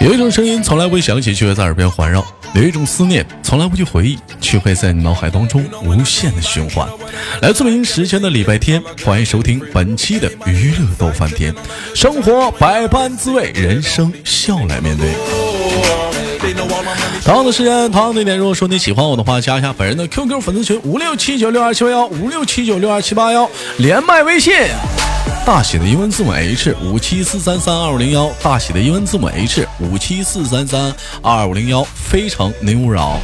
有一种声音从来不会响起，却会在耳边环绕；有一种思念从来不去回忆，却会在你脑海当中无限的循环。来自北京时间的礼拜天，欢迎收听本期的娱乐逗翻天，生活百般滋味，人生笑来面对。同样的时间，同样的地点。如果说你喜欢我的话，加一下本人的 QQ 粉丝群五六七九六二七八幺五六七九六二七八幺，连麦微信。大写的英文字母 H 五七四三三二五零幺，大写的英文字母 H 五七四三三二五零幺，非常您勿扰。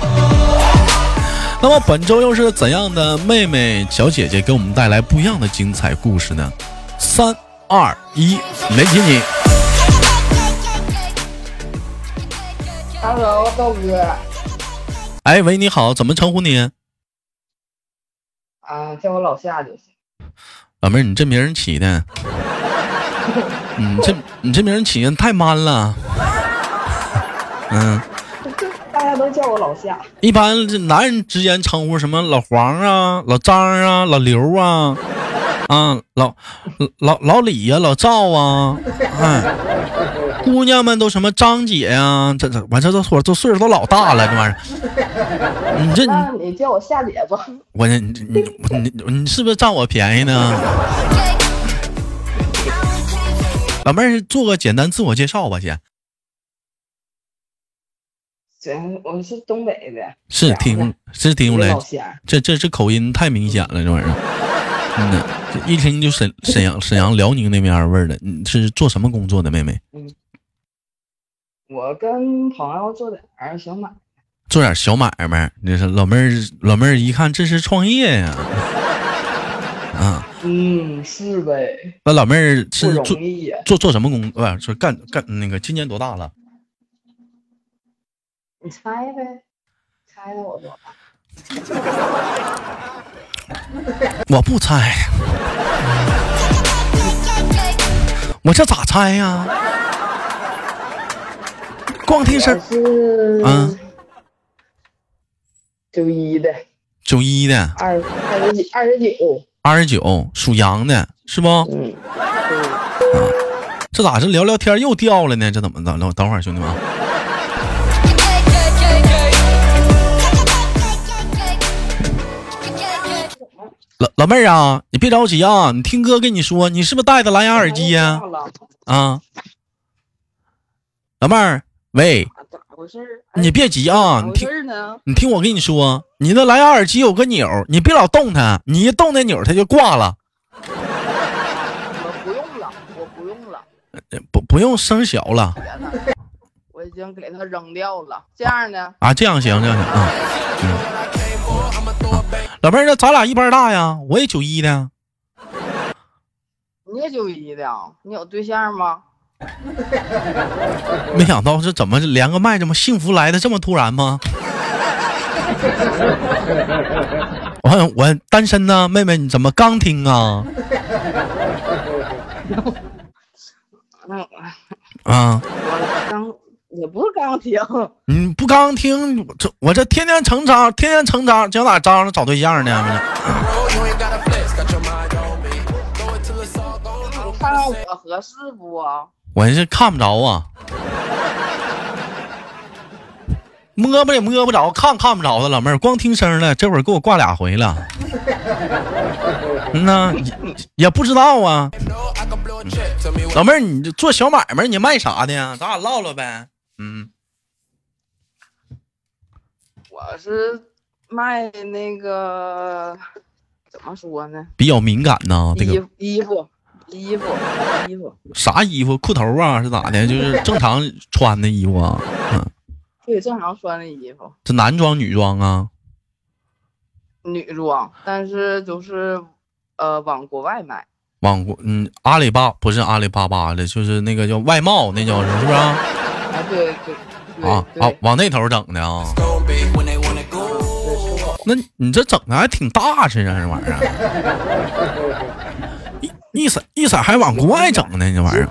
那么本周又是怎样的妹妹小姐姐给我们带来不一样的精彩故事呢？三二一，连接你。 Hello，豆哥哎喂，你好，怎么称呼你？啊，叫我老夏就行。老妹儿，你这名儿起的，你这你这名儿起的太 man 了。嗯， 大家都叫我老夏，一般这男人之间称呼什么老黄啊、老张啊、老刘啊，啊老老老李呀、老赵啊，嗯，姑娘们都什么张姐呀、这这完这都说这岁数都老大了，这玩意儿，你这你那你叫我夏姐吧。我这你你你你你是不是占我便宜呢？老妹儿做个简单自我介绍吧，先 行，我是东北的，是听出是听出来老，乡。这这这口音太明显了，这玩意儿，嗯呐，这一听就沈沈阳沈阳辽宁那边味儿的。你是做什么工作的，妹妹？我跟朋友做点儿小买做点小买卖。你说老妹儿老妹儿一看这是创业呀、啊，嗯，是呗，那老妹儿不是容做易呀。做做什么工？不、呃是说干干那个今年多大了？你猜呗，猜猜我多大？我不猜，我这咋猜呀、光听声我儿，是嗯九一的，九一的，二二十几，二十九。二十九，属羊的，是不？嗯，这咋是聊聊天又掉了呢？这怎么的？等等会儿，兄弟们啊，老老妹儿啊，你别着急啊，你听哥跟你说，你是不是戴的蓝牙耳机呀、忘了啊？老妹儿，喂，咋回事儿？哎你别急啊，咋你回听事。儿呢？你听我跟你说，你的蓝牙耳机有个钮儿，你别老动它，你一动那钮儿它就挂了。我不用了，我不用了。呃不不用声小了我已经给它扔掉了。这样呢？啊，这样行这样行啊。嗯啊老妹儿，那咱俩一般大呀，我也九一的，你也九一的啊？你有对象吗？没想到是怎么连个麦，这么幸福来的这么突然吗？我我单身呢，妹妹你怎么刚听啊？嗯，啊，我刚也不是刚听，你不刚听，我这我这天天成张，天天成张，就哪张着找对象呢？你看看我合适不啊？我这看不着啊，摸摸也摸不着，看看不着的老妹儿，光听声了，这会儿给我挂俩回了。 嗯呐，也也不知道啊，老妹儿，你这做小买卖，你卖啥的呀？咱俩唠唠呗。嗯，我是卖那个怎么说呢？比较敏感呐，啊这衣个服衣服衣服衣服，啥衣服，裤头啊是咋的？就是正常穿的衣服啊，嗯，对，正常穿的衣服，这男装女装啊，女装，但是就是呃往国外买。往国嗯阿里巴不是阿里巴巴的，就是那个叫外贸，那叫是不是啊？啊，对对对啊对啊，往那头整的啊、对是我那你这整的还挺大气啊，这玩意儿。啊一一色一色还往国外整呢，这玩意儿、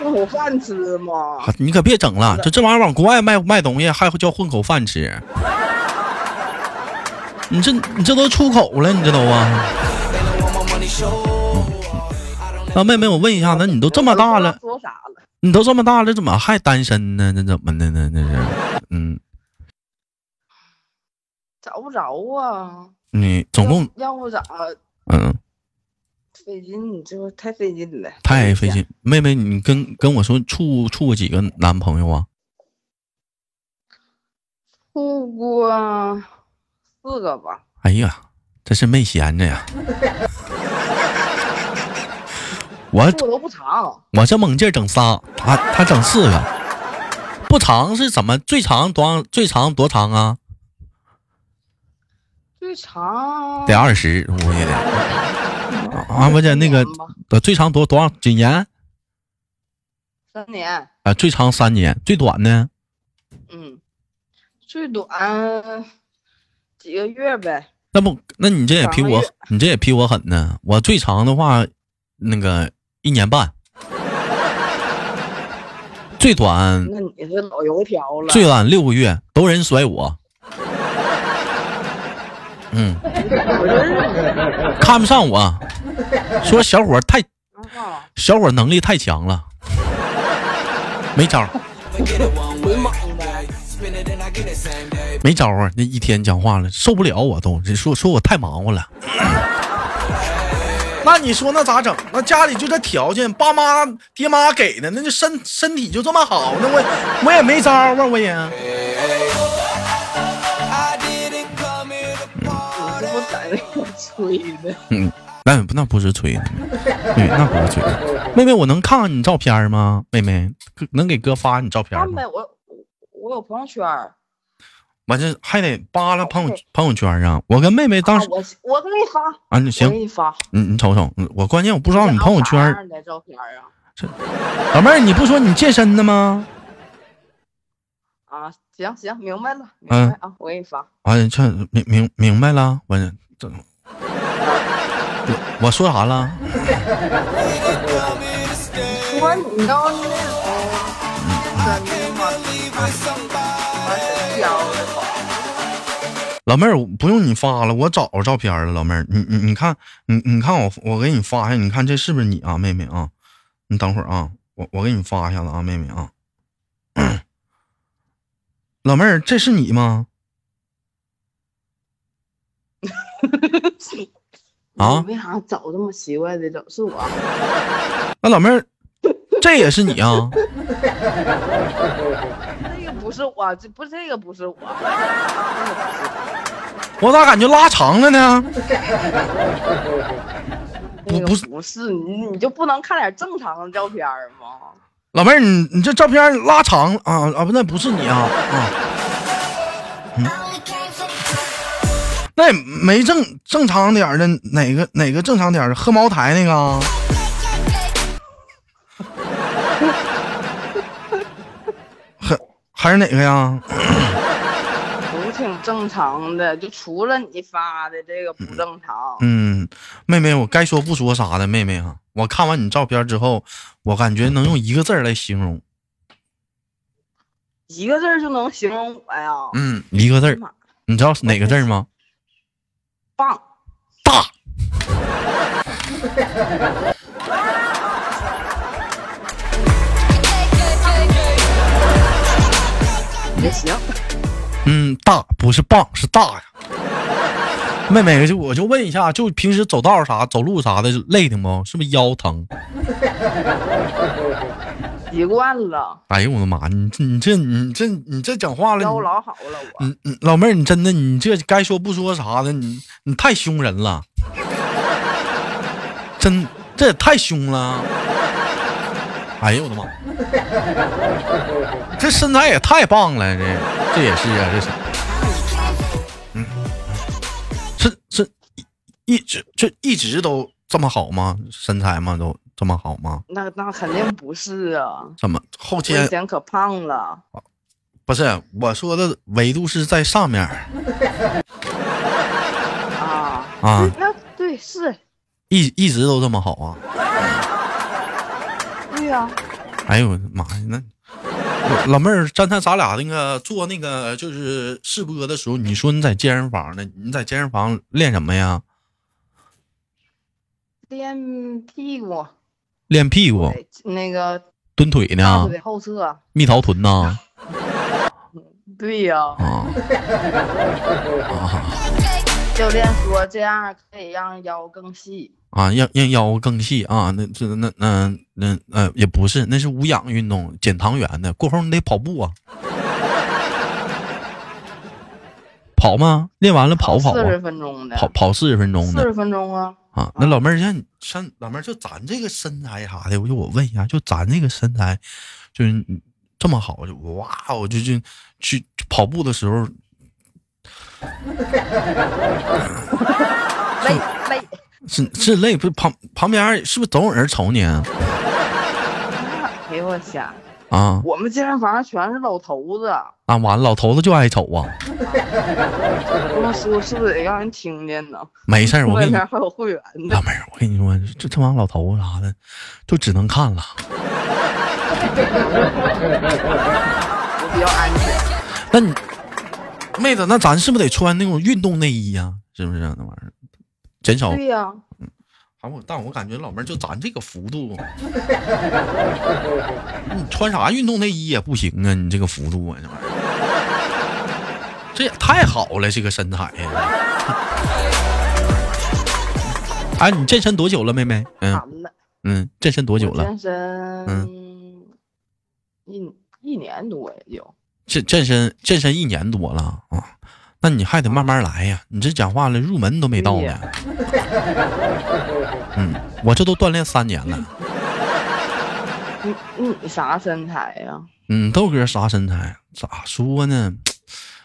那我饭吃吗？啊你可别整了，就这玩意儿往国外卖卖东西，还叫混口饭吃。你这你这都出口了，你这都啊。那、妹妹，我问一下，那你都这么大了，说啥了？你都这么大了，怎么还单身呢？那怎么的呢？那是，嗯，找不着啊。你总共，要不咋嗯，费劲？你这太费劲了，太费。劲。妹妹，你跟跟我说处处过几个男朋友啊？处过四个吧，哎呀，真是没闲着呀！ 我处都不长，我这猛劲儿整仨，他他整四个，不长是怎么？最长多长？最长多长啊？最长得二十，我估计得。啊，不是那个三年吧呃最长多多少几年？啊、三年。最长三年，最短呢？嗯，最短几个月呗。那不，那你这也比我两个月，你这也比我狠呢。我最长的话，那个一年半， 最短那你是老油条了，最晚六个月都人甩我。嗯，我认识看不上我，说小伙儿太你啊，小伙儿能力太强了，没招儿，没招儿啊！那一天讲话了，受不了我都，这说说我太忙活了。那你说那咋整？那家里就这条件，爸妈爹妈给的，那就身身体就这么好，那我我也没招儿啊，我也。我这不在那块吹的，嗯，那不那不是吹的，对，那不是吹的。妹妹，我能看看你照片吗？妹妹，哥能给哥发你照片看吗呗，？我我我有朋友圈儿，完事还得扒拉朋友对朋友圈啊！我跟妹妹当啊时我我给你发，啊，你我给行，你发。你你瞅瞅，嗯我关键我不知道你朋友圈儿，啥样的照片儿啊？老妹儿，你不说你健身的吗？啊，行行，明白了，明嗯白啊，我给你发。完、哎了，这明明明白了，完了这 我我说啥了？说你到那那个嘛，完事交了老妹儿，我不用你发了，我找着照片了。老妹儿，你你你看，你你看我我给你发一下，你看这是不是你啊，妹妹啊？你等会儿啊，我我给你发一下子啊，妹妹啊。 老妹儿，这是你吗？吧？啊你为啥找这么奇怪的整？是我，啊那老妹儿，这也是你啊？这个不是我，这不这个不是我，我咋感觉拉长了呢？这不个不是不是你，你就不能看点正常的照片儿吗？老妹儿，你你这照片拉长了啊啊不，那不是你啊啊。嗯，那也没正正常点儿的哪个哪个正常点儿的喝茅台那个啊？还还是哪个呀？都挺正常的，就除了你发的这个不正常。嗯，妹妹，我该说不说啥的，妹妹啊，我看完你照片之后，我感觉能用一个字儿来形容，一个字儿就能形容我呀，嗯，一个字儿，妈你知道是哪个字儿吗？棒！大。也行，嗯，大不是棒，是大呀。妹妹，就我就问一下，就平时走道啥、走路啥的累的吗？是不是腰疼？习惯了，哎呦我的妈！你这你这你这你这讲话了，腰你嗯老好了我。你你老妹儿，你真的你这该说不说啥的，你你太凶人了，真这也太凶了。哎呦我的妈！ 这身材也太棒了，这这也是啊，这是。是是一一直这一直都这么好吗？身材吗？都这么好吗？那那肯定不是啊，怎么后我以天前可胖了，不是我说的维度是在上面儿啊啊，那对是，一一直都这么好啊？对呀、哎呦我的妈呀，那老老妹儿，刚才咱俩那个做那个就是试播的时候，你说你在健身房呢？你在健身房练什么呀？练屁股，哦练屁股哎那个蹲腿大呢？腿后侧。蜜桃臀呢？对呀、啊，教练说这样可以让腰更细。啊，让让腰更细啊，那这那那那呃也不是，那是无氧运动，减糖原的。过后你得跑步啊，跑吗？练完了跑不跑四十啊？分钟的，跑跑四十分钟四的十分钟啊，啊。那老妹儿，像你像老妹儿，就咱这个身材啥的，我就我问一下，就咱这个身材，就是你这么好，就哇，我就就去去跑步的时候，累累。是是累不是旁旁边儿是不是总有人瞅你啊？哎呦我天，啊我们健身房全是老头子，啊！完了，老头子就爱瞅啊。这么说是不是得让人听见呢？没事儿，我外跟你面还有会员呢老，妹儿，我跟你说，这这帮老头子啥的，就只能看了。我比较安全。那你妹子，那咱是不是得穿那种运动内衣呀、是不是啊、那玩意儿减少？对呀、啊，我但我感觉老妹儿就咱这个幅度，啊你穿啥运动内衣也不行啊！你这个幅度啊，这玩意儿，这也太好了，这个身材啊呀、哎，你健身多久了，妹妹？嗯馋了。嗯，健身多久我了？嗯健身一一年多也就。这健身健身一年多了啊，那你还得慢慢来呀。你这讲话了，入门都没到对呢呀。嗯，我这都锻炼三年了。你你啥身材呀、 嗯，豆哥啥身材？咋说呢？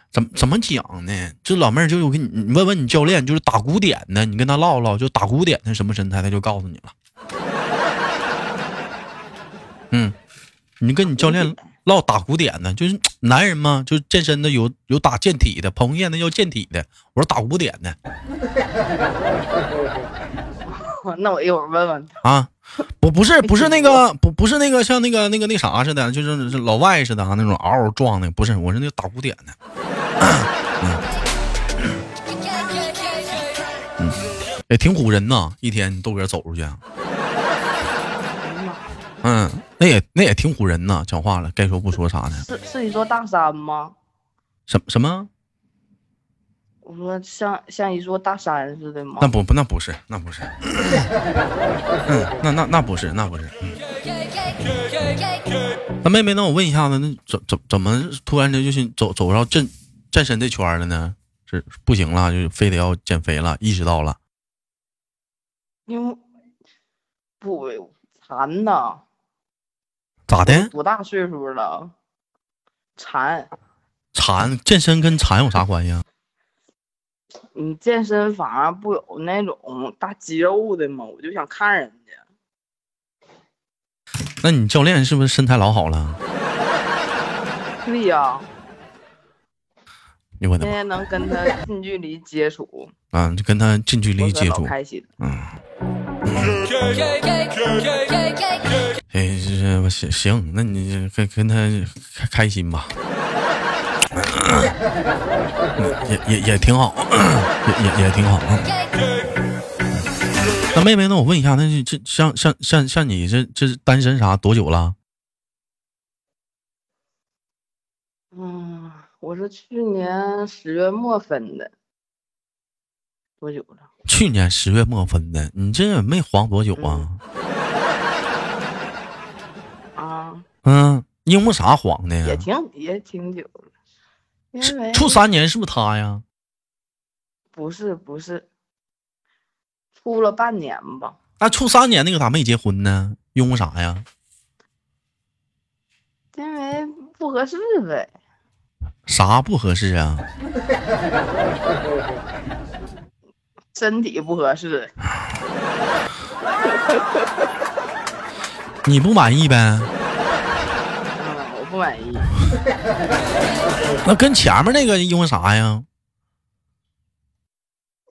怎么怎么讲呢？这老妹儿就是我跟你你问问你教练，就是打鼓点的，你跟他唠唠，就打鼓点的什么身材，他就告诉你了。 嗯，你跟你教练唠打鼓点的，就是男人嘛，就是健身的有有打健体的，彭于晏那叫健体的，我说打鼓点的。那我一会儿问问他。啊，不不是不是那个不不是那个像那个那个那啥似的，就是是老外似的啊那种嗷嗷撞的，不是，我是那打鼓点的。嗯，也挺唬人呐，一天豆哥走出去啊，哎呀妈，嗯，那也那也挺唬人呐，讲话了，该说不说啥呢？是是一座大山吗？什什么？我说像像一座大山似的吗那？不不那不是那不是，嗯，那那那不是那不是，嗯。那妹妹，那我问一下子，那怎怎怎么突然间就是走走到健健身这圈儿了呢？是不行了，就非得要减肥了，意识到了因为不馋呐，咋的？多大岁数了？馋。馋健身跟馋有啥关系啊？你健身房啊不有那种大肌肉的吗？我就想看人家。那你教练是不是身材老好了？对呀、哎呦我的啊现妈！在能跟他近距离接触，啊，就跟他近距我 离可接老触，开心。哎，这行行，那你跟跟他开开心吧，也也也挺好，也也也挺好啊。那妹妹，那我问一下，那这这像像像像你这这是单身啥多久了？嗯，我是去年十月末分的，多久了？去年十月末分的，你这也没黄多久啊？啊，嗯，因为啥黄的也呀？挺也挺久了，因是为处三年是不是他呀？不是不是，处了半年吧，那处三年那个咋没结婚呢？因为啥呀？因为不合适呗。啥不合适啊？身体不合适，你不满意呗？嗯，我不满意。那跟前面那个因为啥呀？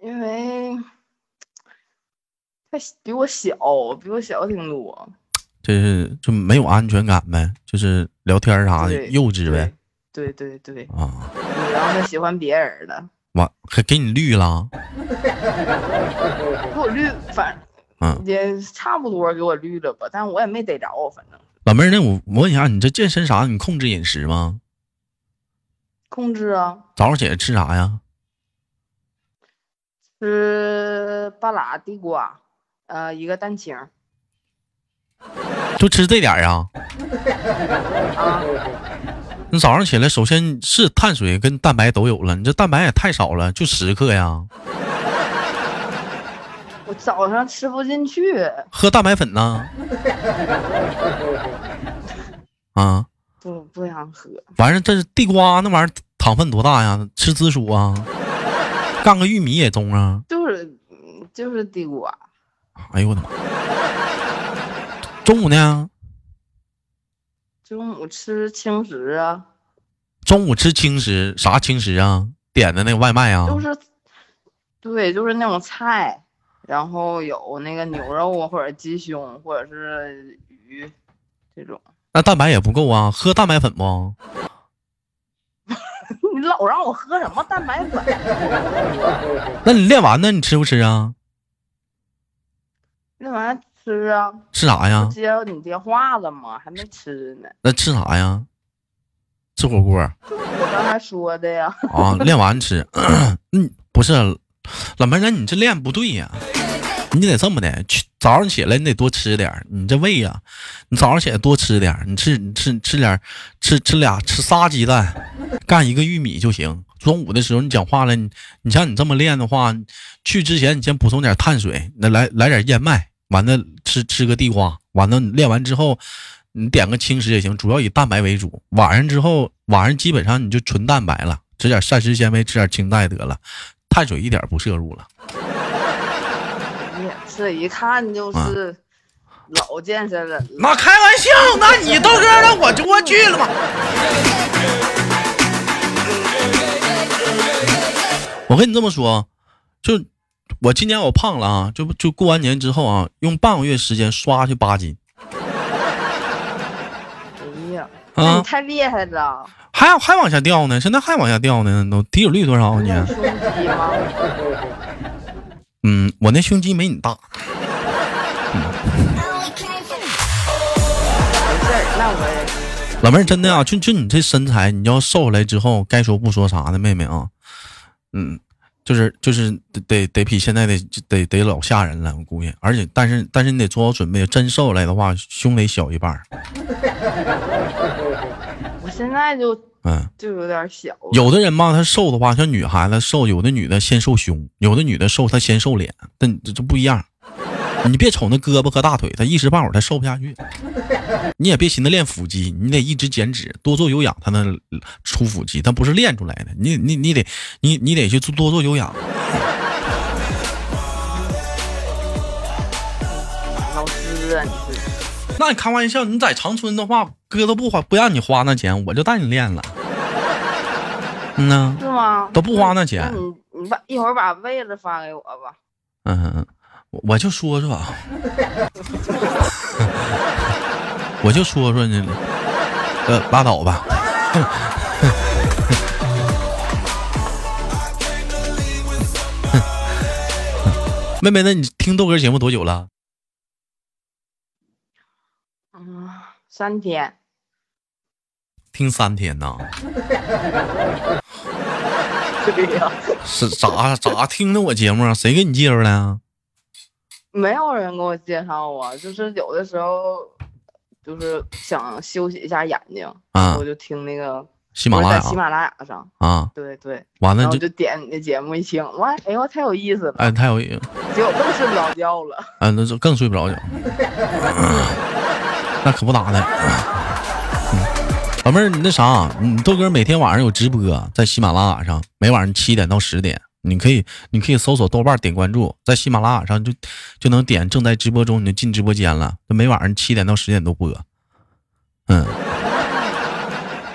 因为他比我小，比我小挺多，就是就没有安全感呗，就是聊天儿啥的对啊幼稚呗。对对对对，啊，然后他喜欢别人了，完还给你绿了，给我绿，反嗯也差不多给我绿了吧，但我也没逮着，反正老妹儿，那我我问一下，你这健身啥？你控制饮食吗？控制啊，早上起来吃啥呀？吃半拉地瓜，呃，一个蛋清儿就吃这点儿啊？啊，你早上起来，首先是碳水跟蛋白都有了，你这蛋白也太少了，就十克呀。我早上吃不进去，喝蛋白粉呢？啊，不不想喝，完事这是地瓜那玩意儿糖分多大呀？吃紫薯啊，干个玉米也中啊！就是嗯就是地瓜，哎呦我的妈！中午呢？中午吃轻食啊，中午吃轻食，啥轻食啊？点的那个外卖啊？就是，对，就是那种菜，然后有那个牛肉啊，或者鸡胸，或者是鱼，这种。 那蛋白也不够啊，喝蛋白粉不？你老让我喝什么蛋白粉？那你练完呢？你吃不吃啊？那玩意儿吃啊？吃啥呀？接到你电话了吗？还没吃呢，那吃啥呀？吃火锅啊？我刚才说的呀。 练完吃。 嗯，不是，老妹儿，那你这练不对呀、你得这么的，去早上起来你得多吃点儿，你这胃呀、你早上起来多吃点儿，你吃你吃吃点儿，吃吃俩吃仨鸡蛋，干一个玉米就行。中午的时候你讲话了，你你像你这么练的话，去之前你先补充点碳水，那来来点燕麦，完了吃吃个地瓜，完了你练完之后，你点个轻食也行，主要以蛋白为主。晚上之后，晚上基本上你就纯蛋白了，吃点膳食纤维，吃点青菜得了，碳水一点儿不摄入了。你也是一看啊就是老健身人了。那开玩笑，那你豆哥让我就过去了吗？我跟你这么说，就我今年我胖了啊，就就过完年之后啊，用半个月时间刷去八斤哎呀，那啊你，太厉害了！还还往下掉呢，现在还往下掉呢，都体脂率多少啊你？胸肌吗？嗯，我那胸肌没你大，没事儿，那我也老妹儿真的啊，就就你这身材，你要瘦下来之后，该说不说啥的，妹妹啊，嗯，就是就是得得得比现在的得得老吓人了，我估计，而且但是但是你得做好准备，真瘦下来的话，胸得小一半儿，我现在就嗯，就有点小了。有的人吧，她瘦的话，像女孩子瘦，有的女的先瘦胸，有的女的瘦她先瘦脸，但这这不一样，你别瞅那胳膊和大腿，她一时半会儿她瘦不下去，你也别寻思练腹肌，你得一直减脂，多做有氧，才能出腹肌，它不是练出来的，你你你得你你得去做多做有氧，老师啊，你是那你开玩笑，你在长春的话，哥都不花不让你花那钱，我就带你练了，嗯呐，是吗？都不花那钱那你你把一会儿把位置发给我吧。嗯嗯，嗯，我我就说说啊， 我就说说呢，呃，拉倒吧。 妹妹，那你听豆哥节目多久了？嗯，三天。听三天呐，对呀、是咋咋听的我节目啊？谁给你介绍的啊？ 没有人给我介绍啊，就是有的时候，就是想休息一下眼睛，啊我就听那个喜马拉我雅在喜马拉雅上，啊，对对，完然了后就就点你的节目一听，哇，哎呦，太有意思了，哎，太有意思结果更睡不着觉了。啊，那就更睡不着觉， 那可不咋的。嗯老妹儿，你那啥，你豆哥每天晚上有直播，在喜马拉雅上，每晚上七点到十点，你可以，你可以搜索豆瓣儿点关注，在喜马拉雅上就就能点正在直播中，你就进直播间了。就每晚上七点到十点都播，嗯，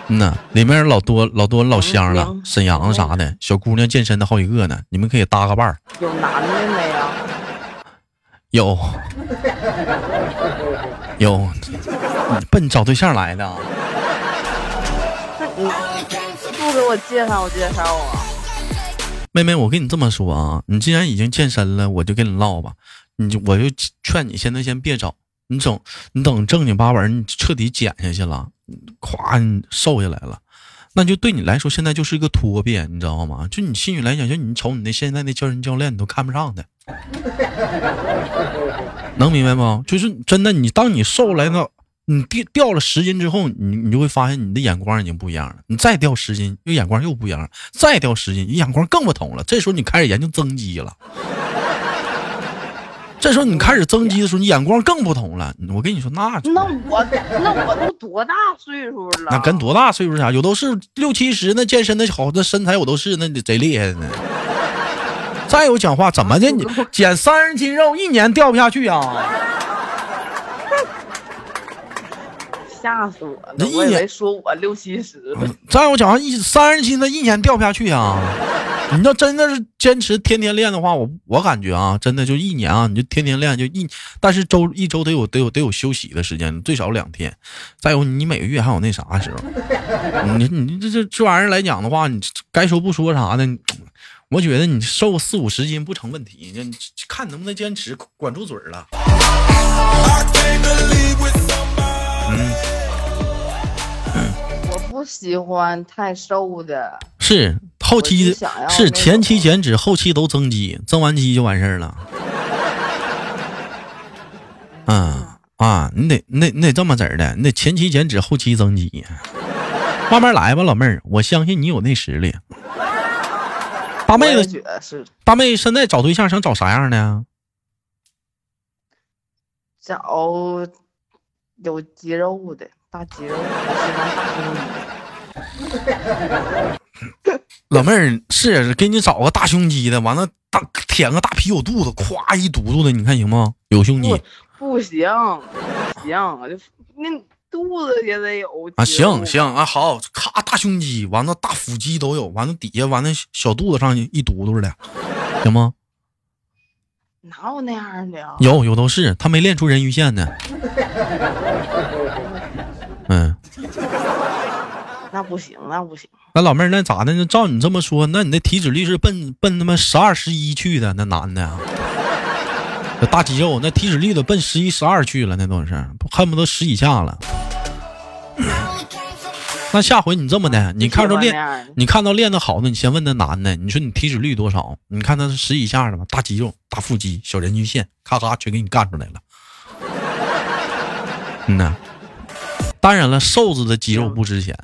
嗯呐，里面老多老多老乡了嗯，沈阳啥的，小姑娘健身的好几个呢，你们可以搭个伴儿。有男的没啊有？有，有，奔你找对象来的啊？那你不给我介绍介绍啊？妹妹，我跟你这么说啊，你既然已经健身了，我就跟你唠吧，你就我就劝你现在先别找，你整你等正经八百，你彻底减下去了，咵，你瘦下来了，那就对你来说现在就是一个托变，你知道吗？就你心里来讲，就你瞅你那现在那健身教练，你都看不上他，能明白吗？就是真的，你当你瘦来到你掉掉了十斤之后，你你就会发现你的眼光已经不一样了。你再掉十斤，又眼光又不一样了；再掉十斤，你眼光更不同了。这时候你开始研究增肌了。这时候你开始增肌的时候，你眼光更不同了。我跟你说，那那我那我都多大岁数了？那跟多大岁数啥？有都是六七十，那健身的好，那身材我都是那贼厉害呢。再有讲话怎么的？你减三十斤肉一年掉不下去啊？吓死我了！那一我以眼嗯为说我六七十了，再有讲话一三十斤，那一年掉不下去啊。你要真的是坚持天天练的话，我我感觉啊，真的就一年啊，你就天天练就一，但是周一周得有得有得有休息的时间，最少两天。再有你每个月还有那啥时候，你你这这这玩意儿来讲的话，你该说不说啥的，你我觉得你瘦四五十斤不成问题，你看能不能坚持，管住嘴儿了。我不喜欢太瘦的。是后期我就想要是那前期种减脂，后期都增肌，增完肌就完事儿 了。嗯啊，你得你得你得这么子儿的，你得前期减脂，后期增肌，慢慢来吧，老妹儿，我相信你有那实力。大妹我也子，觉得是大妹现在找对象想找啥样的呀？找有肌肉的大肌肉的，喜欢大胸的。老妹儿是给你找个大胸肌的，完了大舔个大啤酒肚子，夸一嘟嘟的，你看行吗？有胸肌不不行不行，就那肚子也得有啊，肌肉行行啊，好，咔，大胸肌，完了大腹肌都有，完了底下完了小肚子上一嘟嘟的，行吗？哪有那样的啊呀？有有都是，他没练出人鱼线呢。嗯，那不行，那不行，那老妹儿，那咋的？那照你这么说，那你那体脂率是奔奔他妈十二十一去的，那男的啊，那大肌肉，那体脂率都奔十一十二去了，那都是恨不得十以下了。那下回你这么的，你不喜看着欢练那，样的你看到练得好的，你先问那男的，你说你体脂率多少？你看他是十以下的吧，大肌肉、大腹肌、小人鱼线，咔咔全给你干出来了。嗯呐，当然了，瘦子的肌肉不值钱，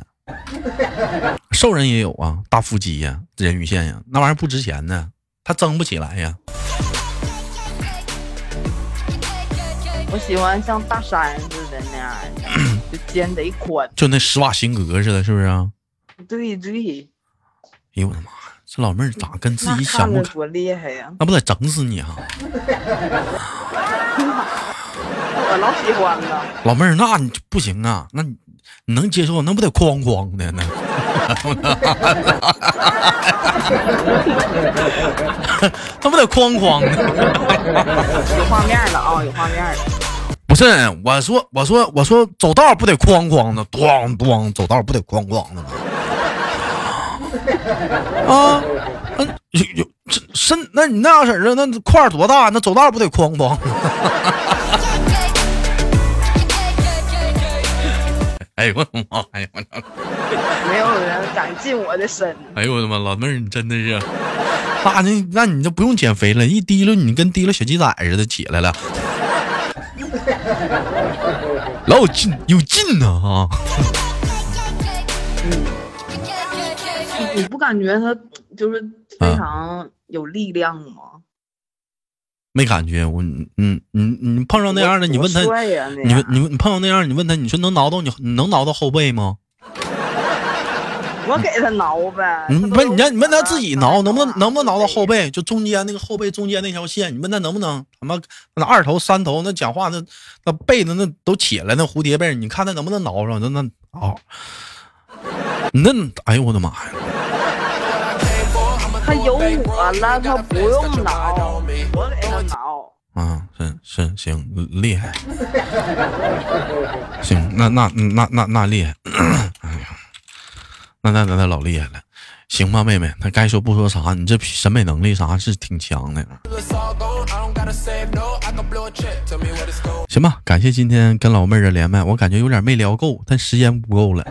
瘦人也有啊，大腹肌呀、人鱼线呀、那玩意儿不值钱呢，他增不起来呀。我喜欢像大山似的那样 的，就肩得宽。就那施瓦辛格似的，是不是啊？对对，哎呦我的妈呀，这老妹儿咋跟自那己想看不着开？多厉害呀！那不得整死你啊！我老喜欢了，老妹儿，那你就不行啊，那你你能接受，那不得哐哐的呢？那不得哐哐的？有画面了啊，有画面了。不是，我说，我说，我说，走道不得哐哐的，咣咣，走道不得哐哐的吗？啊，嗯，有有这身，那你那样式儿的，那块儿多大？那走道不得哐哐？哎呦我的妈呀！我操！没有人敢近我的身，哎呦我的妈，老妹儿，你真的 是，那那那你就不用减肥了，一提溜你跟提溜小鸡仔似的起来了， 老有劲有劲呢啊！你不感觉他就是啊非常有力量吗？没感觉，我你你你你碰上那样的，你问他多，帅呀、那你问样你问你碰上那样，你问他，你说能挠到你，你能挠到后背吗？我给他挠呗。你他都嗯问你让你问他自己挠，能不能能不能挠到后背？背？就中间那个后背中间那条线，你问他能不能？他妈那二头三头那讲话那那背的那都起来那蝴蝶背儿，你看他能不能挠上？那那哦，那哎呦我的妈呀！他有我了，他不用挠，我给他挠。啊，是是行，厉害，行，那那那那那厉害， 哎呀，那那那那老厉害了，行吧，妹妹，那该说不说啥，你这审美能力啥是挺强的。行吧，感谢今天跟老妹儿的连麦，我感觉有点没聊够，但时间不够 了。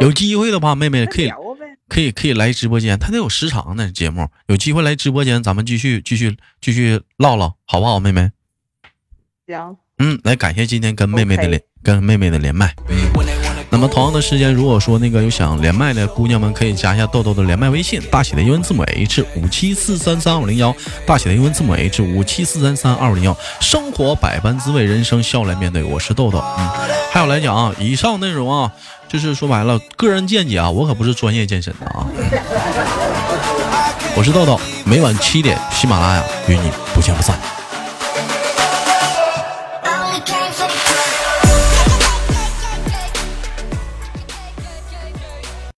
有机会的话，妹妹可以聊呗。可以可以来直播间，它得有时长的节目，有机会来直播间，咱们继续继续继续唠唠，好不好，妹妹？行，嗯，来感谢今天跟妹妹的 OK 连跟妹妹的连麦。那么同样的时间，如果说那个有想连麦的姑娘们，可以加一下豆豆的连麦微信，大写的英文字母 H 五七四三三二五零幺，大写的英文字母 H 五七四三三二五零幺。生活百般滋味，人生笑来面对。我是豆豆，嗯，还有来讲啊，以上内容啊，就是说白了，个人见解啊，我可不是专业健身的啊。我是豆豆，每晚七点，喜马拉雅与你不见不散。